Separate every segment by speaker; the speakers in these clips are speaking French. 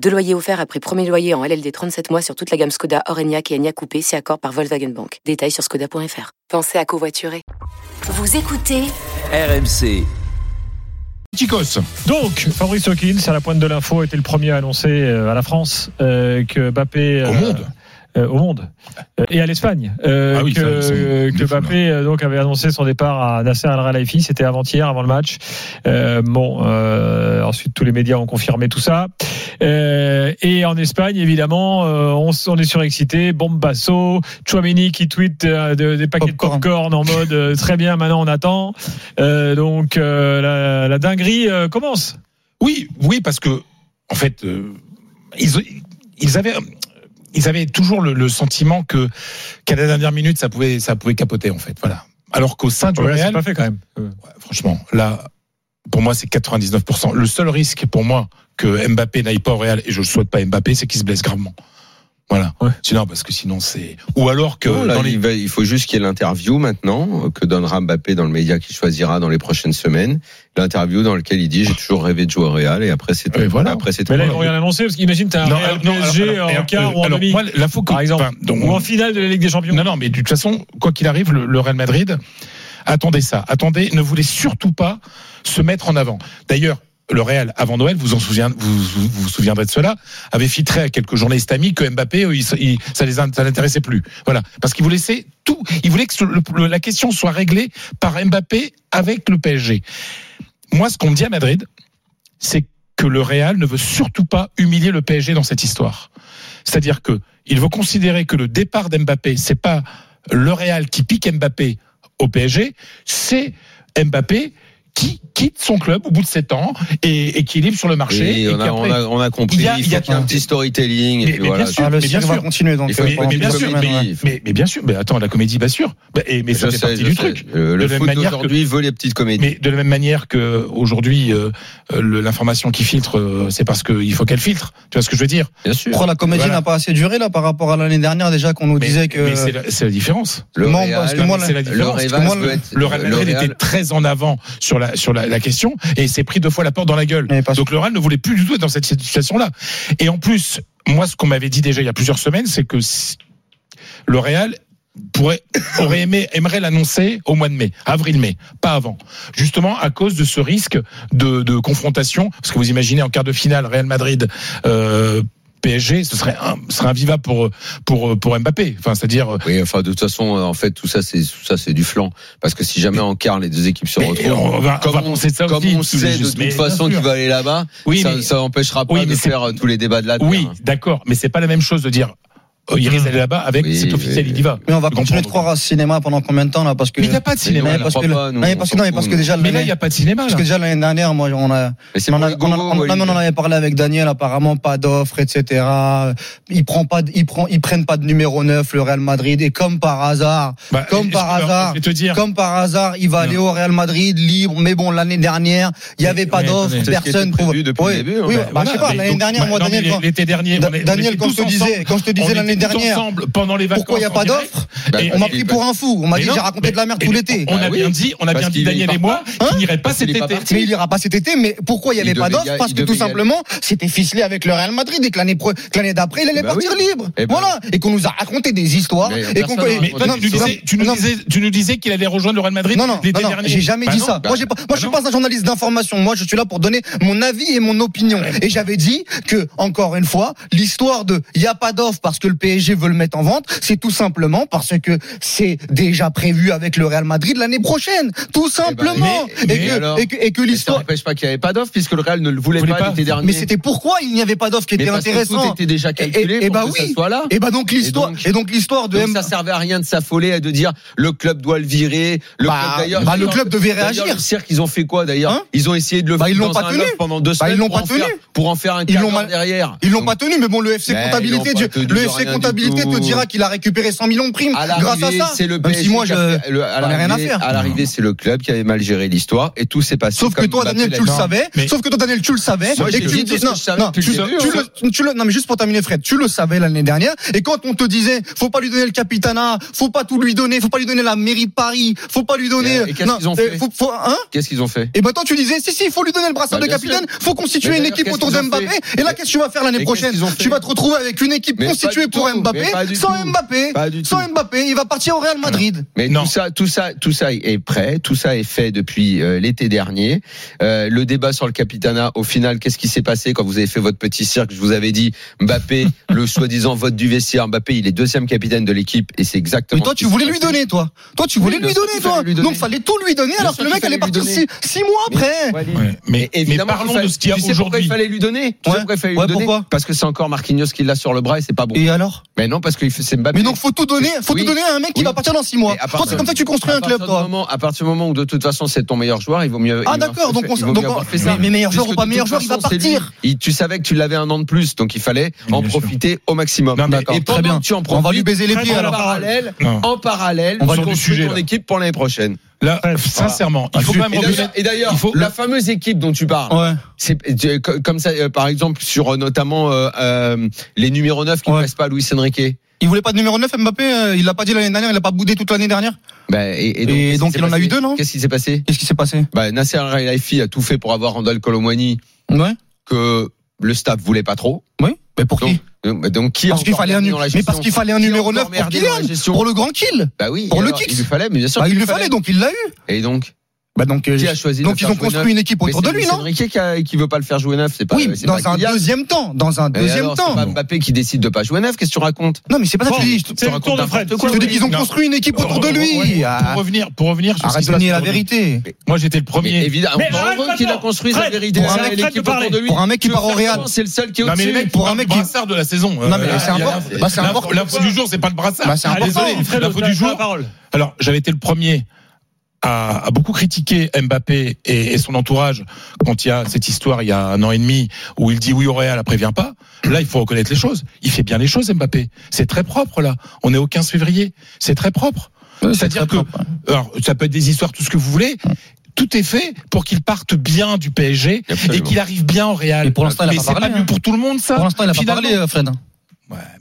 Speaker 1: Deux loyers offerts après premier loyer en LLD 37 mois sur toute la gamme Skoda, Orenia et Enya Coupé, si accord par Volkswagen Bank. Détails sur skoda.fr. Pensez à covoiturer.
Speaker 2: Vous écoutez
Speaker 3: RMC.
Speaker 4: Chicos. Donc, Fabrice Hawkins, à la pointe de l'info, était le premier à annoncer euh, à la France euh, que Mbappé...
Speaker 5: Au
Speaker 4: euh,
Speaker 5: monde
Speaker 4: euh, au monde Euh, et à l'Espagne euh,
Speaker 5: Ah oui, ça,
Speaker 4: que,
Speaker 5: ça me
Speaker 4: que
Speaker 5: défoule,
Speaker 4: Mbappé euh, donc avait annoncé son départ à Nasser Al Khelaifi c'était avant-hier avant le match Euh, bon euh, ensuite tous les médias ont confirmé tout ça Euh, et en Espagne évidemment euh, on, s- on est surexcité Bombasso Chouameni qui tweet euh, de- des paquets de popcorn en mode euh, très bien maintenant on attend Euh, donc euh, la, la dinguerie euh, commence
Speaker 5: Oui, oui, parce que en fait, euh, ils, ils avaient. Ils avaient toujours le, le sentiment que qu'à la dernière minute ça pouvait ça pouvait capoter en fait voilà alors qu'au sein du
Speaker 4: Ouais, c'est
Speaker 5: Real
Speaker 4: pas fait quand même
Speaker 5: Ouais, franchement, là, pour moi, c'est 99%. Le seul risque pour moi que Mbappé n'aille pas au Real, et je ne souhaite pas Mbappé, c'est qu'il se blesse gravement. Voilà.
Speaker 4: Ouais. Oh
Speaker 5: Sinon, parce que sinon, c'est. Ou alors que.
Speaker 6: Non, là,
Speaker 5: dans les-
Speaker 6: il, va- il faut juste qu'il y ait l'interview maintenant euh, que donnera Mbappé dans le média qu'il choisira dans les prochaines semaines. L'interview dans laquelle il dit j'ai toujours rêvé de jouer au Real et après c'est
Speaker 5: Et voilà.
Speaker 6: après c'est
Speaker 4: mais là ils
Speaker 6: terminé.
Speaker 4: vont rien annoncer parce qu'imagine t'as un
Speaker 5: Non,
Speaker 4: Real
Speaker 5: alors, non,
Speaker 4: PSG
Speaker 5: alors, alors,
Speaker 4: en quart
Speaker 5: euh,
Speaker 4: ou en
Speaker 5: alors,
Speaker 4: demi
Speaker 5: moi, la faut que-
Speaker 4: par exemple.
Speaker 5: enfin, donc,
Speaker 4: ou en finale de la Ligue des Champions
Speaker 5: Non, non, mais de toute façon, quoi qu'il arrive, le, le Real Madrid, attendez ça. Attendez, ne voulez surtout pas se mettre en avant. D'ailleurs, le Real, avant Noël, vous en souviendrez, vous, vous- vous vous souviendrez de cela, avait filtré à quelques journalistes amis que Mbappé, euh, il se- il- ça les in- ça l'intéressait plus. Voilà. Parce qu'il voulait laisser tout, il voulait que ce- le- le- la question soit réglée par Mbappé avec le PSG. Moi, ce qu'on me dit à Madrid, c'est que le Real ne veut surtout pas humilier le PSG dans cette histoire. C'est-à-dire que il veut considérer que le départ d'Mbappé, c'est pas le Real qui pique Mbappé au PSG, c'est Mbappé qui quitte son club au bout de 7 ans et, et qui est libre sur le marché.
Speaker 6: Oui,
Speaker 5: et
Speaker 6: on,
Speaker 5: qui
Speaker 6: a,
Speaker 5: après-
Speaker 6: on, a, on a compris.
Speaker 5: Il
Speaker 6: Il,
Speaker 5: y a- il y a
Speaker 6: faut qu'il y ait un petit storytelling.
Speaker 5: Mais-
Speaker 6: et puis
Speaker 5: mais
Speaker 6: voilà.
Speaker 5: bien sûr,
Speaker 7: Ah, le
Speaker 5: mais
Speaker 7: cirque
Speaker 5: bien
Speaker 7: va
Speaker 5: sûr.
Speaker 7: continuer donc.
Speaker 6: Il faut-
Speaker 7: euh,
Speaker 5: Mais, mais
Speaker 7: pendant
Speaker 5: bien
Speaker 7: toute
Speaker 5: sûr,
Speaker 7: la
Speaker 5: mais,
Speaker 7: semaine, ouais.
Speaker 5: mais- mais bien sûr, mais attends, la comédie, bien sûr. Bah, et- mais ça
Speaker 6: Je
Speaker 5: fait
Speaker 6: sais,
Speaker 5: partie
Speaker 6: je
Speaker 5: du
Speaker 6: sais.
Speaker 5: truc.
Speaker 6: Euh,
Speaker 5: De
Speaker 6: Le
Speaker 5: la même
Speaker 6: foot
Speaker 5: manière
Speaker 6: d'aujourd'hui veut les petites comédies.
Speaker 5: Mais de la même manière que aujourd'hui, euh, euh, le- l'information qui filtre, euh, c'est parce qu'il faut qu'elle filtre. Tu vois ce que je veux dire
Speaker 6: Bien sûr.
Speaker 7: Je crois que la comédie
Speaker 5: Voilà.
Speaker 7: n'a pas assez duré là par rapport à l'année dernière déjà qu'on nous
Speaker 5: Mais-
Speaker 7: disait que
Speaker 5: mais c'est la, c'est la différence.
Speaker 6: Le
Speaker 7: Non,
Speaker 6: Real-
Speaker 7: parce que
Speaker 5: Non,
Speaker 7: moi,
Speaker 5: mais
Speaker 7: la-
Speaker 5: c'est la
Speaker 6: le
Speaker 5: différence.
Speaker 6: Real
Speaker 7: parce que moi,
Speaker 6: veut
Speaker 7: le-
Speaker 6: être-
Speaker 5: Le Real Madrid
Speaker 6: le Real-
Speaker 5: était très en avant sur la sur la, la question et s'est pris deux fois la porte dans la gueule.
Speaker 7: Mais parce-
Speaker 5: Donc le Real ne voulait plus du tout être dans cette situation-là. Et en plus, moi, ce qu'on m'avait dit déjà il y a plusieurs semaines, c'est que si- le Real pourrait aurait aimé aimerait l'annoncer au mois de mai, avril-mai, pas avant. Justement à cause de ce risque de, de confrontation, parce que vous imaginez en quart de finale Real Madrid. euh, PSG, ce serait, un, ce serait invivable pour, pour, pour Mbappé. Enfin, c'est-à-dire,
Speaker 6: Oui, enfin, de toute façon, euh, en fait, tout ça, c'est tout ça, c'est du flan. Parce que si jamais en quart, les deux équipes se
Speaker 5: Mais
Speaker 6: retrouvent,
Speaker 5: on
Speaker 7: Ah,
Speaker 5: va- on
Speaker 6: comme
Speaker 5: va penser de ça
Speaker 6: comme
Speaker 5: aussi,
Speaker 6: on
Speaker 5: tous
Speaker 6: sait
Speaker 5: les
Speaker 6: de
Speaker 5: juste. Mais
Speaker 6: toute façon
Speaker 5: bien
Speaker 6: qu'il
Speaker 5: sûr.
Speaker 6: va aller là-bas,
Speaker 5: oui,
Speaker 6: ça,
Speaker 5: mais-
Speaker 6: ça empêchera pas
Speaker 5: Oui,
Speaker 6: de
Speaker 5: mais c'est-
Speaker 6: faire euh, tous les débats de la
Speaker 5: Oui, d'accord, mais c'est pas la même chose de dire euh, il risque d'aller là-bas avec
Speaker 6: Oui,
Speaker 5: c'est officiel,
Speaker 6: oui,
Speaker 5: il y va.
Speaker 7: mais on va
Speaker 5: Je
Speaker 7: continuer
Speaker 5: comprends,
Speaker 7: de croire à ce cinéma pendant combien de temps là parce que
Speaker 5: Mais il n'y a pas de cinéma.
Speaker 7: Mais
Speaker 6: on
Speaker 5: là.
Speaker 7: parce
Speaker 6: croit
Speaker 7: que le-
Speaker 6: pas, nous,
Speaker 7: non, mais
Speaker 6: on
Speaker 7: parce
Speaker 6: s'en
Speaker 7: que non mais
Speaker 6: fout,
Speaker 7: parce que
Speaker 6: nous.
Speaker 7: déjà
Speaker 5: Mais là, il
Speaker 7: l'année-
Speaker 5: n'y a pas de cinéma.
Speaker 7: parce
Speaker 5: Là.
Speaker 7: que déjà l'année dernière moi on a
Speaker 6: Mais c'est
Speaker 7: on, en
Speaker 6: pour
Speaker 7: a-
Speaker 6: les
Speaker 7: on
Speaker 6: gogos,
Speaker 7: a- on- non,
Speaker 6: Walid.
Speaker 7: mais on en avait parlé avec Daniel apparemment pas d'offres etc ils prennent pas de- ils prennent ils prennent pas de numéro 9 le Real Madrid et comme par hasard
Speaker 5: Bah,
Speaker 7: comme par
Speaker 5: alors,
Speaker 7: hasard.
Speaker 5: Je vais te dire.
Speaker 7: comme par hasard il va
Speaker 5: Non.
Speaker 7: aller au Real Madrid libre mais bon l'année dernière il y avait pas
Speaker 5: ouais,
Speaker 7: d'offres
Speaker 5: attendez.
Speaker 6: C'est ce qui était
Speaker 7: personne
Speaker 6: prévu
Speaker 7: pouvait-
Speaker 6: depuis le
Speaker 7: oui,
Speaker 6: début, hein.
Speaker 7: oui,
Speaker 6: Bah,
Speaker 7: bah, je sais pas
Speaker 5: mais
Speaker 7: l'année
Speaker 5: donc,
Speaker 7: dernière
Speaker 5: bah,
Speaker 7: moi
Speaker 5: non, mais
Speaker 7: Daniel quand-
Speaker 5: l'été dernier, on est- on
Speaker 7: Daniel
Speaker 5: était
Speaker 7: quand je te
Speaker 5: tous
Speaker 7: disais
Speaker 5: ensemble,
Speaker 7: quand je te
Speaker 5: on
Speaker 7: disais
Speaker 5: était
Speaker 7: l'année
Speaker 5: tous
Speaker 7: dernière
Speaker 5: ensemble pendant les vacances.
Speaker 7: pourquoi il n'y a
Speaker 5: en
Speaker 7: pas
Speaker 5: direct.
Speaker 7: d'offres
Speaker 6: Bah,
Speaker 5: Et
Speaker 7: on m'a
Speaker 6: parce
Speaker 7: pris
Speaker 6: qu'il-
Speaker 7: pour un fou on m'a
Speaker 5: Mais
Speaker 7: dit
Speaker 5: non,
Speaker 7: j'ai raconté
Speaker 5: mais-
Speaker 7: de la merde
Speaker 5: mais
Speaker 7: tout l'été
Speaker 5: On a
Speaker 6: Bah
Speaker 5: bien
Speaker 6: oui,
Speaker 5: dit, on a
Speaker 6: parce
Speaker 5: bien dit
Speaker 6: qu'il est
Speaker 5: Daniel et
Speaker 6: pas
Speaker 5: moi,
Speaker 6: parti.
Speaker 5: qu'il n'irait pas cet
Speaker 6: Il est pas
Speaker 5: été.
Speaker 6: parti.
Speaker 7: mais il ira pas cet été, mais pourquoi il n'y
Speaker 6: Il
Speaker 7: avait pas
Speaker 6: devait y
Speaker 7: d'offre
Speaker 6: aller-
Speaker 7: Parce
Speaker 6: il
Speaker 7: que
Speaker 6: devait
Speaker 7: tout
Speaker 6: y aller.
Speaker 7: simplement, c'était ficelé avec le Real Madrid et que l'année pro- que l'année d'après, il allait
Speaker 6: Bah
Speaker 7: partir
Speaker 6: oui.
Speaker 7: libre.
Speaker 6: Eh ben
Speaker 7: Voilà. Et qu'on nous a raconté des histoires.
Speaker 6: Mais
Speaker 7: et qu'on
Speaker 6: personne n'a
Speaker 5: Mais
Speaker 6: raconté
Speaker 5: toi,
Speaker 6: Non,
Speaker 5: tu, nous
Speaker 6: non,
Speaker 5: disais, tu, nous
Speaker 7: non,
Speaker 5: disais, tu nous disais qu'il allait rejoindre le Real Madrid
Speaker 7: non, non,
Speaker 5: l'été
Speaker 7: non, non,
Speaker 5: dernier.
Speaker 7: j'ai jamais
Speaker 5: Bah
Speaker 7: dit
Speaker 5: non.
Speaker 7: ça. moi, j'ai pas- moi, je suis
Speaker 5: non.
Speaker 7: pas un journaliste d'information. Moi, je suis là pour donner mon avis et mon opinion. Et j'avais dit que, encore une fois, l'histoire de il n'y a pas d'offre parce que le PSG veut le mettre en vente, c'est tout simplement parce que c'est déjà prévu avec le Real Madrid l'année prochaine. Tout simplement.
Speaker 6: Eh ben, mais- mais
Speaker 7: et, que,
Speaker 6: alors
Speaker 7: et que, et que
Speaker 6: Mais Ça
Speaker 7: l'histoire.
Speaker 6: n'empêche pas qu'il n'y avait pas d'offre puisque le Real ne le voulait
Speaker 5: Voulait
Speaker 6: pas,
Speaker 5: pas.
Speaker 6: l'été dernier.
Speaker 7: Mais c'était pourquoi il n'y avait pas d'offre qui
Speaker 6: Mais
Speaker 7: était
Speaker 6: parce que
Speaker 7: intéressante.
Speaker 6: Tout était déjà calculé
Speaker 7: Et- et- et
Speaker 6: pour
Speaker 7: bah
Speaker 6: que
Speaker 7: oui.
Speaker 6: ça soit là.
Speaker 7: Et bah donc l'histoire
Speaker 6: Et donc-
Speaker 7: et donc l'histoire de
Speaker 6: Donc
Speaker 7: M.
Speaker 6: ça servait à rien de s'affoler et de dire le club doit le virer. Le
Speaker 7: Bah,
Speaker 6: club d'ailleurs.
Speaker 7: bah, le
Speaker 6: d'ailleurs,
Speaker 7: club devait
Speaker 6: d'ailleurs,
Speaker 7: réagir.
Speaker 6: Le cirque, ils ont fait quoi d'ailleurs
Speaker 7: Hein
Speaker 6: Ils ont essayé de le
Speaker 7: Bah,
Speaker 6: faire
Speaker 7: ils l'ont
Speaker 6: dans
Speaker 7: pas
Speaker 6: un
Speaker 7: tenu.
Speaker 6: offre pendant deux
Speaker 7: Bah,
Speaker 6: semaines
Speaker 7: ils l'ont
Speaker 6: pour
Speaker 7: pas
Speaker 6: en
Speaker 7: tenu.
Speaker 6: faire- pour en faire un
Speaker 7: Ils l'ont
Speaker 6: quart
Speaker 7: mal-
Speaker 6: derrière.
Speaker 7: Ils l'ont
Speaker 6: Donc,
Speaker 7: pas tenu, mais bon le FC
Speaker 6: bah, ils l'ont
Speaker 7: comptabilité,
Speaker 6: pas
Speaker 7: Dieu-
Speaker 6: tenu de
Speaker 7: le FC
Speaker 6: rien rien
Speaker 7: comptabilité
Speaker 6: du tout.
Speaker 7: te dira qu'il a récupéré 100 millions de primes
Speaker 6: À
Speaker 7: grâce à
Speaker 6: l'arrivée,
Speaker 7: ça.
Speaker 6: c'est le
Speaker 7: Même
Speaker 6: PSG
Speaker 7: si moi,
Speaker 6: qui a
Speaker 7: je,
Speaker 6: fait- le- à
Speaker 7: j'en ai rien à
Speaker 6: l'arrivée-
Speaker 7: faire.
Speaker 6: À l'arrivée, c'est le club qui avait mal géré l'histoire et tout s'est passé.
Speaker 7: Sauf que
Speaker 6: comme
Speaker 7: toi,
Speaker 6: Mbappé
Speaker 7: Daniel,
Speaker 6: l'a
Speaker 7: tu le
Speaker 6: dit.
Speaker 7: savais.
Speaker 5: mais-
Speaker 7: Sauf que toi, Daniel, tu le savais.
Speaker 6: Moi,
Speaker 7: et
Speaker 6: j'ai
Speaker 7: que tu
Speaker 6: dit
Speaker 7: me dis-
Speaker 6: ce que
Speaker 7: non,
Speaker 6: je savais
Speaker 7: non,
Speaker 6: depuis
Speaker 7: tu
Speaker 6: le
Speaker 7: le-
Speaker 6: début,
Speaker 7: tu
Speaker 6: hein.
Speaker 7: le- tu le- non, mais juste pour terminer, Fred, tu le savais l'année dernière. Et quand on te disait, faut pas lui donner le capitana, faut pas tout lui donner, faut pas lui donner la mairie de Paris, faut pas lui donner.
Speaker 6: Et qu'est-ce
Speaker 7: non,
Speaker 6: qu'ils ont
Speaker 7: euh,
Speaker 6: fait
Speaker 7: faut- faut- hein
Speaker 6: Qu'est-ce qu'ils ont fait
Speaker 7: et maintenant tu disais si si il faut lui donner le brassard
Speaker 6: Bah,
Speaker 7: de
Speaker 6: bien
Speaker 7: capitaine,
Speaker 6: sûr.
Speaker 7: faut constituer
Speaker 6: Mais
Speaker 7: une
Speaker 6: d'ailleurs,
Speaker 7: équipe
Speaker 6: qu'est-ce
Speaker 7: autour
Speaker 6: qu'ils
Speaker 7: de
Speaker 6: ont
Speaker 7: Mbappé.
Speaker 6: fait
Speaker 7: Et là qu'est-ce que tu vas faire l'année
Speaker 6: Mais
Speaker 7: prochaine
Speaker 6: qu'est-ce qu'ils ont
Speaker 7: Tu
Speaker 6: fait
Speaker 7: vas te retrouver avec une équipe
Speaker 6: Mais pas
Speaker 7: constituée
Speaker 6: du
Speaker 7: pour
Speaker 6: tout,
Speaker 7: Mbappé,
Speaker 6: mais pas du
Speaker 7: sans
Speaker 6: tout.
Speaker 7: Mbappé,
Speaker 6: Pas du
Speaker 7: sans
Speaker 6: tout.
Speaker 7: Mbappé, il va partir au Real Madrid.
Speaker 6: Mais
Speaker 5: Non.
Speaker 6: tout ça, tout ça, tout ça est prêt. Tout ça est fait depuis euh, l'été dernier. Euh, le débat sur le capitana, au final, qu'est-ce qui s'est passé quand vous avez fait votre petit cirque Je vous avais dit Mbappé, le soi-disant vote du vestiaire. Mbappé, il est deuxième capitaine de l'équipe et c'est exactement.
Speaker 7: Mais toi,
Speaker 6: ce
Speaker 7: tu
Speaker 6: qui
Speaker 7: voulais
Speaker 6: s'est
Speaker 7: lui
Speaker 6: passé.
Speaker 7: donner, toi. Toi, tu
Speaker 6: Oui,
Speaker 7: voulais
Speaker 6: bien
Speaker 7: lui
Speaker 6: sûr
Speaker 7: donner,
Speaker 6: qu'il
Speaker 7: toi.
Speaker 6: fallait lui donner.
Speaker 7: Donc, fallait tout lui donner, alors que
Speaker 6: sûr
Speaker 7: le mec
Speaker 6: qu'il
Speaker 7: allait
Speaker 6: fallait lui
Speaker 7: partir six,
Speaker 6: donner.
Speaker 7: six mois après.
Speaker 6: Walid,
Speaker 5: Ouais, Mais,
Speaker 6: Mais
Speaker 5: mais
Speaker 6: évidemment,
Speaker 5: parlons
Speaker 6: ça-
Speaker 5: de ce qu'il y a
Speaker 6: tu sais pourquoi
Speaker 5: aujourd'hui.
Speaker 6: il fallait lui donner Tu sais
Speaker 7: Ouais.
Speaker 6: pourquoi il fallait
Speaker 7: Ouais,
Speaker 6: lui donner
Speaker 7: pourquoi
Speaker 6: Parce que c'est encore Marquinhos qui l'a sur le bras et c'est pas bon.
Speaker 7: Et alors
Speaker 6: Mais non, parce que c'est Mbappé.
Speaker 7: Mais donc, faut tout donner, faut
Speaker 6: Oui.
Speaker 7: tout donner à un mec qui
Speaker 6: Oui.
Speaker 7: va partir dans six mois.
Speaker 6: Mais à
Speaker 7: Toi,
Speaker 6: partir-
Speaker 7: c'est comme ça que tu construis
Speaker 6: à
Speaker 7: un club,
Speaker 6: partir du
Speaker 7: toi.
Speaker 6: moment- à partir du moment où de toute façon c'est ton meilleur joueur, il vaut mieux. il
Speaker 7: Ah,
Speaker 6: vaut
Speaker 7: d'accord,
Speaker 6: mieux
Speaker 7: donc
Speaker 6: avoir fait-
Speaker 7: on s-
Speaker 6: il vaut
Speaker 7: donc
Speaker 6: mieux
Speaker 7: on-
Speaker 6: avoir fait
Speaker 7: mais-
Speaker 6: ça.
Speaker 7: mais meilleur joueur
Speaker 6: Parce
Speaker 7: ou
Speaker 6: que
Speaker 7: pas
Speaker 6: de
Speaker 7: meilleur
Speaker 6: toute
Speaker 7: joueur, il va
Speaker 6: façon, c'est lui.
Speaker 7: partir.
Speaker 6: Il- tu savais que tu l'avais un an de plus, donc il fallait
Speaker 5: Oui,
Speaker 6: en
Speaker 5: bien sûr.
Speaker 6: profiter au maximum.
Speaker 5: Non, mais-
Speaker 6: D'accord.
Speaker 5: et
Speaker 6: pendant
Speaker 7: très bien.
Speaker 6: que tu en
Speaker 7: On va lui
Speaker 6: profites,
Speaker 7: baiser les
Speaker 4: Très
Speaker 7: pieds,
Speaker 4: bien,
Speaker 6: en
Speaker 7: alors. Ah.
Speaker 6: parallèle,
Speaker 5: Non.
Speaker 6: en parallèle,
Speaker 5: On va
Speaker 6: tu
Speaker 5: sur du
Speaker 6: construis
Speaker 5: sujet,
Speaker 6: ton
Speaker 5: là.
Speaker 6: équipe pour l'année prochaine.
Speaker 5: Là,
Speaker 4: Voilà.
Speaker 5: sincément,
Speaker 7: Ah.
Speaker 5: il faut
Speaker 6: Ensuite-
Speaker 5: quand même
Speaker 6: et d'ailleurs-
Speaker 5: reconnaître-
Speaker 6: Et d'ailleurs,
Speaker 5: il faut-
Speaker 6: la fameuse équipe dont tu parles,
Speaker 7: Ouais.
Speaker 6: c'est tu- euh, co- comme ça, euh, par exemple, sur euh, notamment euh, euh, les numéros 9 qui ne
Speaker 7: Ouais.
Speaker 6: passent pas à Luis Enrique.
Speaker 7: Il voulait pas de numéro 9, Mbappé, euh, il l'a pas dit l'année dernière, il a pas boudé toute l'année dernière.
Speaker 6: Bah, et,
Speaker 7: Et
Speaker 6: qu'est-ce qui
Speaker 7: donc,
Speaker 6: s'est
Speaker 7: il en a
Speaker 6: passé
Speaker 7: eu deux, non
Speaker 6: Qu'est-ce qui s'est passé
Speaker 7: Qu'est-ce qui s'est passé
Speaker 6: bah, Nasser Al-Khelaifi a tout fait pour avoir Randall Colomwani
Speaker 7: Ouais.
Speaker 6: que le staff voulait pas trop.
Speaker 7: Oui. Mais pour
Speaker 6: Donc,
Speaker 7: qui
Speaker 6: donc, bah, donc qui a
Speaker 7: Parce qu'il
Speaker 6: encore
Speaker 7: fallait un,
Speaker 6: merdé
Speaker 7: nu-
Speaker 6: dans la
Speaker 7: mais
Speaker 6: gestion
Speaker 7: parce qu'il fallait un
Speaker 6: Qui a
Speaker 7: numéro
Speaker 6: encore
Speaker 7: 9 pour
Speaker 6: merdé dans la
Speaker 7: Kylian,
Speaker 6: gestion
Speaker 7: pour le grand kill.
Speaker 6: Bah oui,
Speaker 7: pour
Speaker 6: et
Speaker 7: le
Speaker 6: alors,
Speaker 7: kick.
Speaker 6: Il lui fallait, mais bien sûr.
Speaker 7: Bah,
Speaker 6: qu'il
Speaker 7: il le
Speaker 6: lui
Speaker 7: fallait, donc il l'a eu.
Speaker 6: Et donc,
Speaker 7: Bah, donc, euh,
Speaker 6: qui a choisi
Speaker 7: donc
Speaker 6: de
Speaker 7: ils
Speaker 6: faire
Speaker 7: ont
Speaker 6: jouer neuf
Speaker 7: construit une équipe autour
Speaker 6: Mais
Speaker 7: de
Speaker 6: c'est
Speaker 7: lui,
Speaker 6: Luis
Speaker 7: non
Speaker 6: Enrique qui, a- qui veut pas le faire jouer neuf, c'est pas.
Speaker 7: Oui,
Speaker 6: c'est
Speaker 7: dans
Speaker 6: pas
Speaker 7: un
Speaker 6: Kylian.
Speaker 7: deuxième temps. Dans un
Speaker 6: Mais
Speaker 7: deuxième
Speaker 6: alors, c'est
Speaker 7: temps.
Speaker 6: pas Mbappé qui décide de pas jouer neuf. Qu'est-ce que tu racontes
Speaker 7: Non, mais c'est pas ça que
Speaker 4: Bon,
Speaker 7: je dis. Je te-
Speaker 4: C'est le tour de Fred.
Speaker 7: je te dis qu'ils ont
Speaker 5: Non.
Speaker 7: construit une équipe autour de lui.
Speaker 5: Ouais, Pour
Speaker 7: Ah,
Speaker 5: revenir, pour revenir sur ce qui
Speaker 7: Arrête
Speaker 5: se
Speaker 7: de
Speaker 5: passe
Speaker 7: nier la
Speaker 5: aujourd'hui.
Speaker 7: vérité.
Speaker 5: Moi, j'étais le
Speaker 6: Mais
Speaker 5: premier.
Speaker 6: évidemment,
Speaker 4: Mais
Speaker 6: on
Speaker 4: arrête
Speaker 6: heureux qu'il a
Speaker 4: maintenant.
Speaker 6: construit sa
Speaker 4: Fred,
Speaker 6: vérité.
Speaker 4: pour
Speaker 6: ça,
Speaker 4: un mec,
Speaker 6: et
Speaker 4: arrête
Speaker 6: l'équipe
Speaker 4: de parler.
Speaker 6: autour de lui.
Speaker 7: Pour un mec qui
Speaker 6: Tu veux
Speaker 7: part au
Speaker 6: faire
Speaker 7: Real.
Speaker 6: comment C'est le seul qui est
Speaker 5: Non, mais les
Speaker 6: au-dessus.
Speaker 5: mecs,
Speaker 7: Pour
Speaker 5: pour
Speaker 7: un
Speaker 5: un
Speaker 7: mec qui-
Speaker 5: brassard de la saison.
Speaker 7: Non, mais
Speaker 5: euh,
Speaker 7: c'est
Speaker 5: il y a-
Speaker 7: important. Bah, c'est important.
Speaker 5: L'info l'info du jour, c'est pas le brassard.
Speaker 7: Bah, c'est
Speaker 4: Ah,
Speaker 7: important.
Speaker 4: désolé, Fred,
Speaker 5: L'info
Speaker 4: vous
Speaker 5: du
Speaker 4: avez
Speaker 5: jour,
Speaker 4: la parole.
Speaker 5: Alors, j'avais été le premier à, à beaucoup critiquer Mbappé et, et son entourage quand il y a cette histoire il y a un an et demi où il dit oui au Real, la prévient pas. Là, il faut reconnaître les choses. Il fait bien les choses, Mbappé. C'est très propre, là. On est au 15 février. C'est très propre. C'est-à-dire que, alors, ça peut être des histoires, tout ce que vous voulez. Tout est fait pour qu'il parte bien du PSG et
Speaker 6: Absolument.
Speaker 5: qu'il arrive bien au Real.
Speaker 7: Et pour l'instant, il a
Speaker 5: Mais
Speaker 7: pas
Speaker 5: c'est
Speaker 7: parlé,
Speaker 5: pas mieux
Speaker 7: hein.
Speaker 5: pour tout le monde, ça.
Speaker 7: Pour l'instant, il a pas
Speaker 5: finalement.
Speaker 7: parlé, euh, Fred.
Speaker 5: Ouais,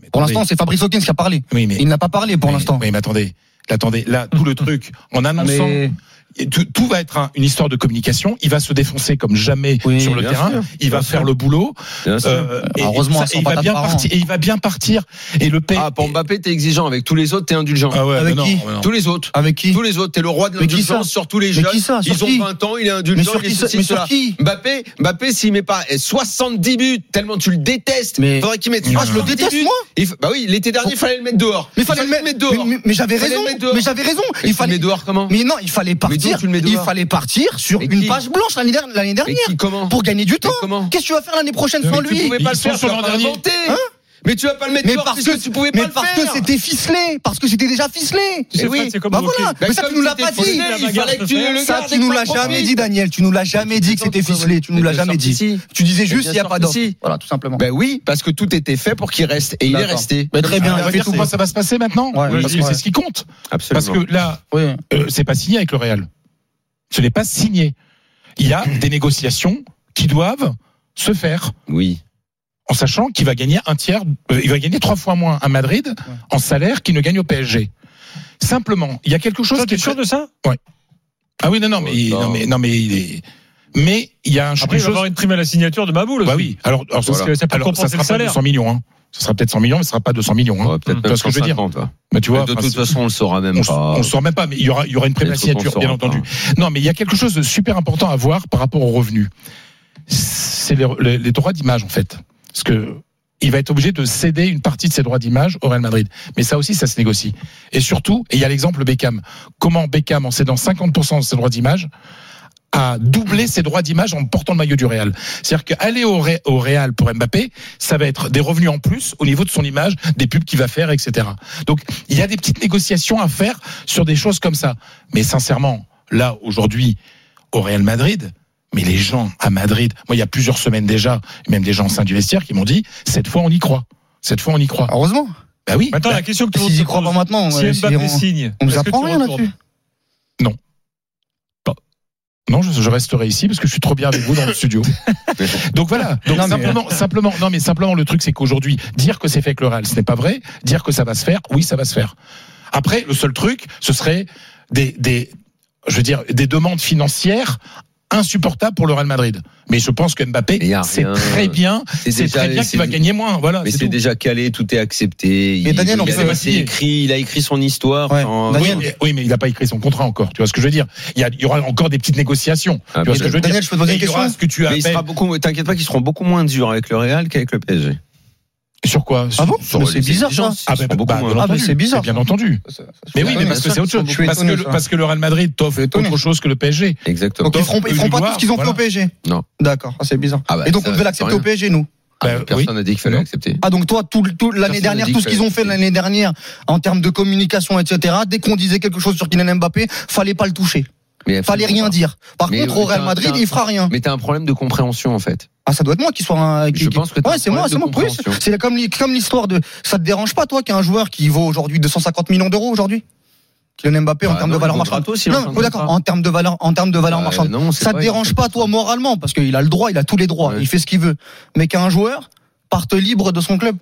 Speaker 5: mais
Speaker 7: Pour
Speaker 5: attendez.
Speaker 7: l'instant, c'est Fabrice Hawkins qui a parlé.
Speaker 5: Oui, mais
Speaker 7: Il n'a pas parlé pour
Speaker 5: mais-
Speaker 7: l'instant.
Speaker 5: Oui, mais attendez. Attendez, là, tout le truc, en
Speaker 7: Ah,
Speaker 5: annonçant,
Speaker 7: mais-
Speaker 5: et tout, tout va être un- une histoire de communication. Il va se défoncer comme jamais
Speaker 7: Oui,
Speaker 5: sur le
Speaker 6: bien
Speaker 5: terrain.
Speaker 6: sûr,
Speaker 5: il va
Speaker 6: bien
Speaker 5: faire
Speaker 6: sûr.
Speaker 5: le boulot.
Speaker 6: Bien sûr.
Speaker 5: Euh, et-
Speaker 7: heureusement,
Speaker 5: et ça-
Speaker 7: elles sont
Speaker 5: et il
Speaker 7: pas
Speaker 5: va bien
Speaker 7: tape par an.
Speaker 5: partir. Et il va bien partir. Et le P.
Speaker 6: Ah, pour Mbappé, t'es exigeant. Avec tous les autres, t'es indulgent.
Speaker 5: Ah ouais,
Speaker 7: Avec
Speaker 5: mais non,
Speaker 7: qui
Speaker 5: mais non.
Speaker 6: Tous les autres.
Speaker 7: Avec qui
Speaker 6: Tous les autres, t'es le roi de
Speaker 7: Mais qui
Speaker 6: l'indulgence
Speaker 7: ça
Speaker 6: sur tous les
Speaker 7: Mais
Speaker 6: jeunes.
Speaker 7: qui ça Sur
Speaker 6: Ils ont
Speaker 7: qui
Speaker 6: 20 ans, il est
Speaker 7: Mais
Speaker 6: indulgent,
Speaker 7: sur
Speaker 6: il est
Speaker 7: qui ça-
Speaker 6: ceci,
Speaker 7: mais sur
Speaker 6: cela.
Speaker 7: qui
Speaker 6: Mbappé, Mbappé s'il met pas eh, 70 buts, tellement tu le détestes,
Speaker 7: Mais-
Speaker 6: faudrait qu'il mette
Speaker 5: Ah, je le
Speaker 6: 70
Speaker 7: déteste,
Speaker 6: buts.
Speaker 7: moi
Speaker 6: Il fa- Bah oui, l'été dernier, il fallait le mettre dehors.
Speaker 7: Mais fallait le mettre
Speaker 6: dehors.
Speaker 7: Mais, mais- mais j'avais
Speaker 6: Fallait le
Speaker 7: raison.
Speaker 6: mettre dehors.
Speaker 7: Mais j'avais raison.
Speaker 6: Et tu le mets dehors comment
Speaker 7: Mais non, il fallait
Speaker 6: d'où
Speaker 7: partir.
Speaker 6: tu le mets
Speaker 7: il
Speaker 6: dehors
Speaker 7: fallait partir sur
Speaker 6: Mais
Speaker 7: une
Speaker 6: qui
Speaker 7: page blanche l'année dernière. l'année
Speaker 6: Mais
Speaker 7: dernière,
Speaker 6: qui, comment
Speaker 7: Pour gagner du temps.
Speaker 6: comment
Speaker 7: Qu'est-ce que tu vas faire l'année prochaine sans
Speaker 6: Mais tu
Speaker 7: lui
Speaker 6: pouvais pas
Speaker 5: Ils
Speaker 6: le
Speaker 5: sont
Speaker 6: faire,
Speaker 5: sur
Speaker 6: tu
Speaker 5: leur
Speaker 6: vas pas
Speaker 5: dernier.
Speaker 6: l'inventer. Mais tu vas pas le mettre
Speaker 7: mais
Speaker 6: dehors
Speaker 7: parce
Speaker 6: puisque
Speaker 7: que
Speaker 6: tu pouvais
Speaker 7: mais
Speaker 6: pas le
Speaker 7: parce
Speaker 6: faire.
Speaker 7: que c'était ficelé, parce que c'était déjà ficelé.
Speaker 4: Tu sais,
Speaker 6: Eh oui,
Speaker 4: Fred, c'est comme
Speaker 7: bah
Speaker 4: au
Speaker 7: voilà.
Speaker 4: hockey.
Speaker 7: Mais ça, tu nous l'as pas dit.
Speaker 6: Il fallait que tu le
Speaker 7: Ça,
Speaker 6: gardes
Speaker 7: tu nous
Speaker 6: et
Speaker 7: l'as
Speaker 6: qu'on en
Speaker 7: jamais
Speaker 6: profite.
Speaker 7: dit, Daniel. Tu nous l'as jamais dit que c'était ficelé. Tu nous l'as jamais dit.
Speaker 6: Si.
Speaker 7: Tu disais juste
Speaker 6: bien
Speaker 7: il n'y a
Speaker 6: sûr
Speaker 7: pas
Speaker 6: que
Speaker 7: d'offre.
Speaker 6: si.
Speaker 7: Voilà, tout simplement.
Speaker 6: Ben oui, parce que tout était fait pour qu'il reste et il est
Speaker 7: D'accord.
Speaker 6: resté.
Speaker 7: Ben, très bien.
Speaker 5: Ah, on va
Speaker 7: fait
Speaker 5: dire
Speaker 7: tout.
Speaker 5: comment ça va se passer maintenant.
Speaker 7: Ouais,
Speaker 5: parce
Speaker 7: oui,
Speaker 5: que
Speaker 7: ouais.
Speaker 5: c'est ce qui compte.
Speaker 6: Absolument.
Speaker 5: Parce que là,
Speaker 7: Oui.
Speaker 5: euh, c'est pas signé avec le Real. Ce n'est pas signé. Il y a des négociations qui doivent se faire.
Speaker 6: oui.
Speaker 5: en sachant qu'il va gagner un tiers, euh, il va gagner trois fois moins à Madrid en salaire qu'il ne gagne au PSG. Simplement, il y a quelque chose
Speaker 4: Toi,
Speaker 5: qui
Speaker 4: t'es
Speaker 5: est
Speaker 4: sûr de ça
Speaker 5: Ah oui, non, non, mais,
Speaker 6: Ouais,
Speaker 5: non,
Speaker 6: non.
Speaker 5: mais, non, mais il est, mais il y a un
Speaker 4: Après, il va
Speaker 5: chose-
Speaker 4: avoir une prime à la signature de Maboul.
Speaker 5: Bah
Speaker 4: aussi.
Speaker 5: oui. Alors, alors,
Speaker 4: Parce que ça peut
Speaker 5: alors, ça
Speaker 4: compenser
Speaker 5: sera
Speaker 4: le
Speaker 5: pas
Speaker 4: salaire.
Speaker 5: 200 millions, hein. Ça sera peut-être 100 millions, mais ce sera pas 200 millions, hein.
Speaker 6: peut-être
Speaker 5: Tu vois ce que je veux dire. Mais tu vois,
Speaker 6: de
Speaker 5: enfin,
Speaker 6: toute
Speaker 5: c'est-
Speaker 6: façon, on le saura même
Speaker 5: on, s-
Speaker 6: pas.
Speaker 5: on sort même pas, mais il y aura, il y aura une prime à
Speaker 6: Peut-être qu'on
Speaker 5: signature, bien
Speaker 6: saura pas.
Speaker 5: entendu. Non, mais il y a quelque chose de super important à voir par rapport aux revenus. C'est les, les- les droits d'image, en fait. Parce que il va être obligé de céder une partie de ses droits d'image au Real Madrid. Mais ça aussi, ça se négocie. Et surtout, et il y a l'exemple Beckham. Comment Beckham, en cédant 50% de ses droits d'image, a doublé ses droits d'image en portant le maillot du Real. C'est-à-dire qu'aller au, Ré- au Real pour Mbappé, ça va être des revenus en plus au niveau de son image, des pubs qu'il va faire, etc. Donc il y a des petites négociations à faire sur des choses comme ça. Mais sincèrement, là aujourd'hui, au Real Madrid, mais les gens à Madrid, moi il y a plusieurs semaines déjà, même des gens au sein du vestiaire qui m'ont dit cette fois on y croit. Cette fois on y croit.
Speaker 7: Heureusement.
Speaker 5: Bah oui.
Speaker 4: Maintenant, la question que tout le monde
Speaker 7: S'ils
Speaker 4: se
Speaker 7: y croient
Speaker 4: pose,
Speaker 7: pas maintenant,
Speaker 4: si
Speaker 7: euh, s'ils
Speaker 4: Mbappé
Speaker 7: iront-
Speaker 4: signe,
Speaker 7: on nous
Speaker 4: est-ce que
Speaker 7: apprend
Speaker 4: tu
Speaker 7: rien
Speaker 4: retournes
Speaker 7: là-dessus.
Speaker 5: Non, je, je resterai ici parce que je suis trop bien avec vous dans le studio. Donc voilà. Donc
Speaker 7: Non, mais- euh,
Speaker 5: simplement, simplement, non mais simplement, le truc c'est qu'aujourd'hui, dire que c'est fait avec le Real, ce n'est pas vrai. Dire que ça va se faire, oui, ça va se faire. Après, le seul truc, ce serait des, des je veux dire, des demandes financières insupportables pour le Real Madrid. Mais je pense que
Speaker 6: Mais y
Speaker 5: Mbappé,
Speaker 6: a
Speaker 5: c'est
Speaker 6: rien.
Speaker 5: très bien,
Speaker 6: C'est
Speaker 5: c'est
Speaker 6: déjà-
Speaker 5: très bien qu'il
Speaker 6: c'est-
Speaker 5: va gagner moins. Voilà.
Speaker 6: Mais
Speaker 5: c'est
Speaker 6: c'est
Speaker 5: tout.
Speaker 6: déjà calé, tout est accepté.
Speaker 7: Mais
Speaker 6: Il-
Speaker 7: Daniel, on
Speaker 6: il,
Speaker 7: peut-
Speaker 6: a, c'est écrit, il a écrit son histoire.
Speaker 7: Ouais.
Speaker 6: Enfin,
Speaker 7: Daniel,
Speaker 5: Oui mais, oui, mais il n'a pas écrit son contrat encore. Tu vois ce que je veux dire Il y, a- il y aura encore des petites négociations.
Speaker 6: Ah,
Speaker 5: tu vois ce que je veux dire
Speaker 7: Daniel, je peux te poser
Speaker 5: Et
Speaker 7: une
Speaker 5: il y aura
Speaker 7: question
Speaker 5: ce que tu
Speaker 6: mais il
Speaker 5: appelles-
Speaker 6: sera beaucoup, t'inquiète pas qu'ils seront beaucoup moins durs avec le Real qu'avec le PSG.
Speaker 5: Sur quoi Sur-
Speaker 7: Ah bon
Speaker 5: sur
Speaker 7: Mais
Speaker 5: les
Speaker 7: c'est bizarre ça.
Speaker 6: exigences. Ils seront beaucoup moins-
Speaker 5: bah, bien
Speaker 7: Ah, mais
Speaker 5: entendu,
Speaker 7: c'est bizarre,
Speaker 5: Bien
Speaker 7: ça.
Speaker 5: entendu. Mais oui, mais parce que c'est autre chose.
Speaker 7: Je suis
Speaker 5: Parce que,
Speaker 7: étonné,
Speaker 5: le,
Speaker 7: ça.
Speaker 5: parce que le Real Madrid t'offre
Speaker 7: Je suis étonné.
Speaker 5: autre chose que le PSG.
Speaker 6: Exactement.
Speaker 7: Donc ils
Speaker 5: Donc,
Speaker 7: feront, ils
Speaker 5: une
Speaker 7: feront pas
Speaker 5: gloire,
Speaker 7: tout ce qu'ils ont
Speaker 5: voilà.
Speaker 7: fait au PSG.
Speaker 6: Non.
Speaker 7: D'accord, ah, c'est bizarre.
Speaker 6: Ah bah,
Speaker 7: Et donc
Speaker 6: ça,
Speaker 7: on devait
Speaker 6: c'est
Speaker 7: l'accepter
Speaker 6: rien.
Speaker 7: au PSG nous.
Speaker 6: Ah,
Speaker 5: Bah,
Speaker 6: personne n'a dit qu'il fallait
Speaker 5: Non.
Speaker 6: accepter.
Speaker 7: Ah donc toi tout, le- tout l'année
Speaker 6: Personne
Speaker 7: dernière
Speaker 6: ne dit
Speaker 7: tout ce
Speaker 6: que-
Speaker 7: qu'ils ont fait l'année dernière en termes de communication etc. Dès qu'on disait quelque chose sur Kylian Mbappé, fallait pas le toucher,
Speaker 6: Mais
Speaker 7: fallait rien
Speaker 6: absolument
Speaker 7: dire. Par
Speaker 6: Mais
Speaker 7: contre au
Speaker 6: t'as-
Speaker 7: Real Madrid,
Speaker 6: t'as-
Speaker 7: il fera
Speaker 6: pas.
Speaker 7: rien.
Speaker 6: Mais t'as un problème de compréhension en fait.
Speaker 7: Ah, ça doit être moi qui soit un. qui-
Speaker 6: Je
Speaker 7: qui-
Speaker 6: pense que t'as
Speaker 7: Ouais,
Speaker 6: un
Speaker 7: c'est moi,
Speaker 6: problème
Speaker 7: c'est
Speaker 6: de
Speaker 7: moi. Oui, c'est-
Speaker 6: compréhension.
Speaker 7: c'est comme l'hi- comme l'histoire de. Ça te dérange pas, toi, qu'il y a un joueur qui vaut aujourd'hui 250 millions d'euros aujourd'hui Kylian Mbappé en
Speaker 6: Bah,
Speaker 7: termes
Speaker 6: non,
Speaker 7: de
Speaker 6: il
Speaker 7: valeur
Speaker 6: vaut
Speaker 7: marchande.
Speaker 6: gratos, sinon,
Speaker 7: Non,
Speaker 6: ça ne
Speaker 7: oui, d'accord.
Speaker 6: compte pas.
Speaker 7: En termes de valeur, en termes de valeur
Speaker 6: Bah,
Speaker 7: marchande.
Speaker 6: non, c'est
Speaker 7: ça te
Speaker 6: pas-
Speaker 7: dérange pas, toi, moralement, parce qu'il a le droit, il a tous les droits,
Speaker 6: Ouais.
Speaker 7: il fait ce qu'il veut. Mais qu'un joueur parte libre de son club,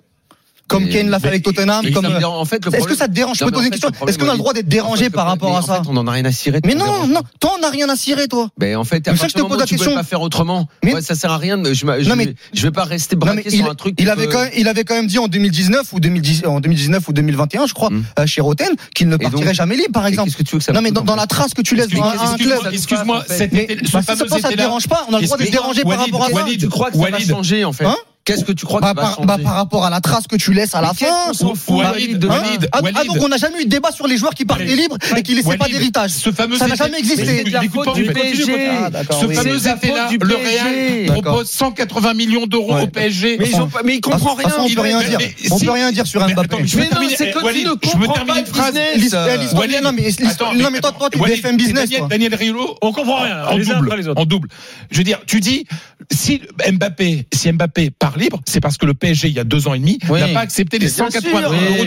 Speaker 7: comme
Speaker 6: Mais-
Speaker 7: Kane l'a fait
Speaker 5: mais-
Speaker 7: avec Tottenham,
Speaker 6: Et
Speaker 7: comme.
Speaker 6: ça me dérange- en fait, le
Speaker 7: Est-ce que
Speaker 6: problème-
Speaker 7: ça te dérange Je
Speaker 6: Non, mais
Speaker 7: peux te
Speaker 6: en
Speaker 7: poser une
Speaker 6: fait,
Speaker 7: question.
Speaker 6: le problème,
Speaker 7: Est-ce qu'on a le droit d'être
Speaker 6: En
Speaker 7: dérangé
Speaker 6: fait,
Speaker 7: par rapport
Speaker 6: mais
Speaker 7: à
Speaker 6: En
Speaker 7: ça
Speaker 6: fait, on en a rien à cirer. de
Speaker 7: Mais
Speaker 6: ton
Speaker 7: non,
Speaker 6: dérangement.
Speaker 7: non, toi, on n'a rien à cirer, toi.
Speaker 6: Mais en fait, à
Speaker 7: Mais ça,
Speaker 6: partir du
Speaker 7: je te pose
Speaker 6: moment
Speaker 7: la
Speaker 6: où tu peux
Speaker 7: question.
Speaker 6: pas faire autrement.
Speaker 7: Mais-
Speaker 6: Ouais, ça sert à rien. de- Je, m'a- je,
Speaker 7: Non, mais-
Speaker 6: je vais pas rester
Speaker 7: Non, mais
Speaker 6: braqué sur
Speaker 7: il-
Speaker 6: un truc.
Speaker 7: Il
Speaker 6: que-
Speaker 7: avait, quand même, il avait quand même dit en 2019 ou 2010, en 2019 ou 2021, je crois,
Speaker 6: Mm.
Speaker 7: euh, chez Roten, qu'il ne
Speaker 6: donc-
Speaker 7: partirait jamais libre, par
Speaker 6: Et
Speaker 7: exemple.
Speaker 6: Qu'est-ce que tu veux que ça
Speaker 7: Non, mais
Speaker 6: foute,
Speaker 7: dans,
Speaker 6: en
Speaker 7: dans
Speaker 6: fait
Speaker 7: la trace que tu laisses dans
Speaker 5: Excuse-moi,
Speaker 7: un, un
Speaker 5: excuse-moi,
Speaker 7: club.
Speaker 6: club.
Speaker 5: excuse-moi, cet
Speaker 7: Mais
Speaker 5: été, ce
Speaker 7: bah, si
Speaker 5: fameux
Speaker 7: ça, ça te
Speaker 5: été-là-
Speaker 7: dérange pas, on a le droit de se
Speaker 5: Excuse-moi,
Speaker 7: déranger par
Speaker 5: Walid,
Speaker 7: rapport à ça.
Speaker 5: Walid,
Speaker 6: Tu crois que ça va
Speaker 5: Walid,
Speaker 6: changer en fait
Speaker 7: Hein
Speaker 6: Qu'est-ce que tu crois que
Speaker 7: Bah,
Speaker 6: ça va
Speaker 7: par, bah,
Speaker 6: changer
Speaker 7: par rapport à la trace que tu laisses à la
Speaker 6: Mais qu'est-ce
Speaker 7: fin.
Speaker 6: qu'on s'en fout,
Speaker 7: Bah,
Speaker 6: Walid,
Speaker 7: hein
Speaker 5: Walid,
Speaker 7: Ah, ah,
Speaker 5: Walid.
Speaker 7: donc on n'a jamais eu de débat sur les joueurs qui partaient
Speaker 5: Allez.
Speaker 7: libres et qui laissaient pas
Speaker 5: Walid,
Speaker 7: d'héritage.
Speaker 5: Ce fameux
Speaker 7: Ça n'a
Speaker 5: été-
Speaker 7: jamais existé.
Speaker 5: Mais
Speaker 6: C'est de la
Speaker 5: écoute,
Speaker 6: faute
Speaker 5: continue,
Speaker 6: du
Speaker 5: continue,
Speaker 6: PSG.
Speaker 5: continue.
Speaker 7: Ah, d'accord,
Speaker 5: Ce
Speaker 7: oui.
Speaker 5: fameux
Speaker 6: C'est de la
Speaker 5: été-là,
Speaker 6: faute du
Speaker 5: le
Speaker 6: PSG.
Speaker 5: Real
Speaker 7: D'accord.
Speaker 5: propose 180 millions d'euros
Speaker 7: Ouais.
Speaker 5: au PSG.
Speaker 6: Mais ils ont pas- mais ils
Speaker 7: De toute
Speaker 6: comprennent rien.
Speaker 7: façon, on
Speaker 6: ils
Speaker 7: peut
Speaker 6: ont-
Speaker 7: rien
Speaker 5: mais-
Speaker 7: dire.
Speaker 5: mais
Speaker 7: On
Speaker 5: si-
Speaker 7: peut rien dire sur
Speaker 5: Mais
Speaker 7: Mbappé.
Speaker 5: attends, je
Speaker 6: Mais
Speaker 5: veux
Speaker 6: non,
Speaker 5: terminer-
Speaker 6: c'est
Speaker 5: eh,
Speaker 6: quand
Speaker 5: Walid,
Speaker 6: tu ne
Speaker 5: je veux
Speaker 6: comprends
Speaker 5: terminer
Speaker 6: pas
Speaker 5: une
Speaker 6: le
Speaker 5: phrase.
Speaker 6: business.
Speaker 7: L'histoire- l'histoire-
Speaker 5: Walid,
Speaker 7: Non, mais l'histoire-
Speaker 5: Attends,
Speaker 7: non, mais toi, toi, t'es
Speaker 5: Walid,
Speaker 7: BFM Business,
Speaker 5: Daniel,
Speaker 7: toi.
Speaker 5: Daniel Riolo,
Speaker 4: On comprend rien.
Speaker 5: en
Speaker 4: les uns après
Speaker 5: double,
Speaker 4: les autres.
Speaker 5: en double. Je veux dire, tu dis, si Mbappé, si Mbappé part libre, c'est parce que le PSG, il y a deux ans et demi,
Speaker 7: Oui.
Speaker 5: n'a pas accepté les
Speaker 6: Mais bien
Speaker 5: 180
Speaker 6: sûr.
Speaker 5: euros du Real.
Speaker 7: bien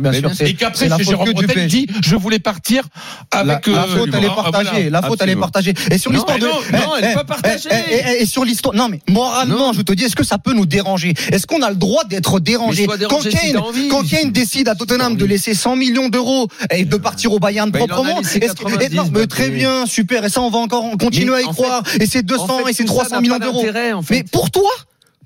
Speaker 6: Mais bien
Speaker 7: c'est-
Speaker 5: Et
Speaker 7: c'est
Speaker 5: qu'après,
Speaker 7: la
Speaker 5: chez
Speaker 7: faute
Speaker 5: Jérôme
Speaker 7: que du
Speaker 5: Bretel,
Speaker 7: PSG.
Speaker 5: il dit, je voulais partir
Speaker 7: La,
Speaker 5: avec,
Speaker 7: la
Speaker 5: euh,
Speaker 7: faute, elle est
Speaker 5: ah, voilà.
Speaker 7: partagée. La faute, elle est
Speaker 6: Absolument.
Speaker 7: partagée. Et sur
Speaker 6: Non,
Speaker 7: l'histoire de.
Speaker 5: mais non,
Speaker 6: non, elle est
Speaker 7: eh,
Speaker 6: pas
Speaker 7: eh,
Speaker 6: partagée.
Speaker 7: eh, eh, eh, Et sur l'histoire. Non, mais moralement, je te dis, est-ce que ça peut nous déranger Est-ce qu'on a le droit d'être dérangé
Speaker 6: Mais sois dérangé
Speaker 7: Quand
Speaker 6: si
Speaker 7: Kane,
Speaker 6: t'as envie.
Speaker 7: quand Kane décide à Tottenham de laisser 100 millions d'euros et de partir au Bayern
Speaker 6: Bah, il en a
Speaker 7: proprement,
Speaker 6: laissé
Speaker 7: est-ce que- eh,
Speaker 6: 90,
Speaker 7: non, mais
Speaker 6: Mbappé.
Speaker 7: très bien, super. Et ça, on va encore continuer
Speaker 6: Mais
Speaker 7: à y
Speaker 6: en
Speaker 7: croire. Et c'est
Speaker 6: En
Speaker 7: 200
Speaker 6: fait,
Speaker 7: et c'est
Speaker 6: tout ça
Speaker 7: 300
Speaker 6: n'a
Speaker 7: millions
Speaker 6: pas
Speaker 7: d'euros.
Speaker 6: d'intérêt, en fait. Ben
Speaker 7: Mais pour toi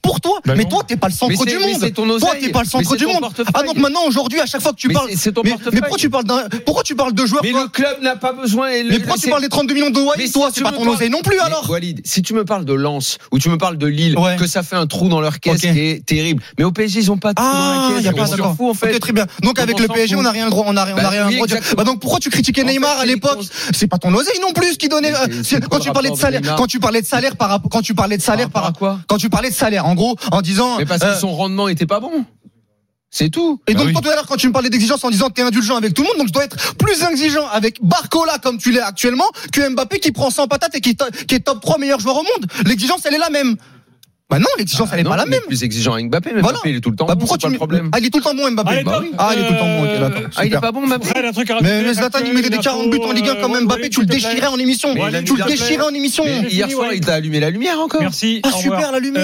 Speaker 7: pour toi,
Speaker 5: Bah
Speaker 7: mais
Speaker 5: non.
Speaker 7: toi t'es pas le
Speaker 6: Mais
Speaker 7: centre
Speaker 6: c'est-
Speaker 7: du
Speaker 6: mais c'est
Speaker 7: monde.
Speaker 6: ton
Speaker 7: Toi
Speaker 6: oseille.
Speaker 7: t'es pas le
Speaker 6: Mais
Speaker 7: centre
Speaker 6: c'est
Speaker 7: du
Speaker 6: ton
Speaker 7: monde.
Speaker 6: portefeuille.
Speaker 7: Ah donc maintenant aujourd'hui à chaque fois que tu
Speaker 6: Mais
Speaker 7: parles,
Speaker 6: c'est- c'est ton
Speaker 7: mais,
Speaker 6: portefeuille.
Speaker 7: mais pourquoi tu parles d'un, pourquoi tu parles de joueurs
Speaker 6: Mais
Speaker 7: toi
Speaker 6: le club n'a pas besoin. et le-
Speaker 7: mais pourquoi
Speaker 6: le-
Speaker 7: tu parles des 32 millions de
Speaker 6: Mais
Speaker 7: Wai
Speaker 6: si
Speaker 7: Toi,
Speaker 6: tu
Speaker 7: c'est pas
Speaker 6: me
Speaker 7: ton
Speaker 6: parles-
Speaker 7: oseille non plus
Speaker 6: Mais
Speaker 7: alors
Speaker 6: Walid, si tu me parles de Lens ou tu me parles de Lille,
Speaker 7: Ouais.
Speaker 6: que ça fait un trou dans leur caisse
Speaker 7: Ok.
Speaker 6: qui est terrible. Mais au PSG, ils ont pas de trou dans
Speaker 7: Ah,
Speaker 6: la caisse.
Speaker 7: il y a
Speaker 6: donc
Speaker 7: pas
Speaker 6: on s'en
Speaker 7: d'accord.
Speaker 6: fout, en fait.
Speaker 7: Ok, très bien. Donc
Speaker 6: On
Speaker 7: avec
Speaker 6: s'en
Speaker 7: le PSG,
Speaker 6: fout.
Speaker 7: on n'a rien le droit, on n'a rien, on n'a
Speaker 6: Bah
Speaker 7: rien
Speaker 6: oui,
Speaker 7: le droit. de dire.
Speaker 6: exactement.
Speaker 7: Bah donc pourquoi tu critiquais
Speaker 6: En fait,
Speaker 7: Neymar à
Speaker 6: c'est
Speaker 7: l'époque
Speaker 6: les
Speaker 7: C'est pas ton oseille non plus qui donnait.
Speaker 6: Mais
Speaker 7: euh,
Speaker 6: c'est-
Speaker 7: si-
Speaker 6: c'est
Speaker 7: Quand
Speaker 6: quoi
Speaker 7: tu
Speaker 6: le
Speaker 7: parlais de
Speaker 6: rapport de
Speaker 7: salaire,
Speaker 6: Neymar
Speaker 7: quand tu parlais de salaire par rapport, quand tu parlais de salaire
Speaker 6: Par
Speaker 7: par
Speaker 6: rapport à quoi
Speaker 7: quand tu parlais de salaire, en gros, en disant.
Speaker 6: Mais parce
Speaker 7: euh,
Speaker 6: que son rendement était pas bon. C'est tout. Ah
Speaker 7: Et donc,
Speaker 5: oui.
Speaker 7: toi, tout à l'heure, quand tu me parlais d'exigence en disant t'es indulgent avec tout le monde, donc je dois être plus exigeant avec Barcola comme tu l'es actuellement que Mbappé qui prend 100 patates et qui, est to- qui est top 3 meilleur joueur au monde. L'exigence, elle est la même. Bah non, l'exigence, elle est
Speaker 6: Ah Non,
Speaker 7: pas la
Speaker 6: mais
Speaker 7: même.
Speaker 6: Plus exigeant avec Mbappé, mais
Speaker 7: Voilà.
Speaker 6: Mbappé, il est tout le temps.
Speaker 7: Bah
Speaker 6: bon,
Speaker 7: pourquoi
Speaker 6: c'est
Speaker 7: tu
Speaker 6: pas le
Speaker 7: mets-
Speaker 6: problème
Speaker 7: Ah, il est tout le temps bon, Mbappé.
Speaker 4: Allez,
Speaker 6: Bah
Speaker 4: top.
Speaker 6: oui.
Speaker 7: Ah, il est tout le temps bon, ok,
Speaker 4: Euh,
Speaker 7: d'accord.
Speaker 6: Ah, il est
Speaker 7: Super.
Speaker 6: pas bon, Mbappé.
Speaker 4: Fred, un truc à rajouter,
Speaker 7: Mais, mais Zlatan, il mettait des
Speaker 4: Napo,
Speaker 7: 40 buts en Ligue 1
Speaker 4: euh,
Speaker 7: comme Mbappé,
Speaker 4: Walid,
Speaker 7: tu
Speaker 4: s'il
Speaker 7: le
Speaker 4: te plaît.
Speaker 7: déchirais en émission.
Speaker 4: Walid,
Speaker 7: Tu
Speaker 4: s'il
Speaker 7: le
Speaker 4: te plaît.
Speaker 7: déchirais en émission.
Speaker 6: Mais
Speaker 4: Mais
Speaker 6: hier
Speaker 4: fini,
Speaker 6: soir,
Speaker 4: ouais.
Speaker 6: il t'a allumé la lumière encore.
Speaker 4: Merci.
Speaker 7: Ah,
Speaker 4: au revoir.
Speaker 7: super, la lumière.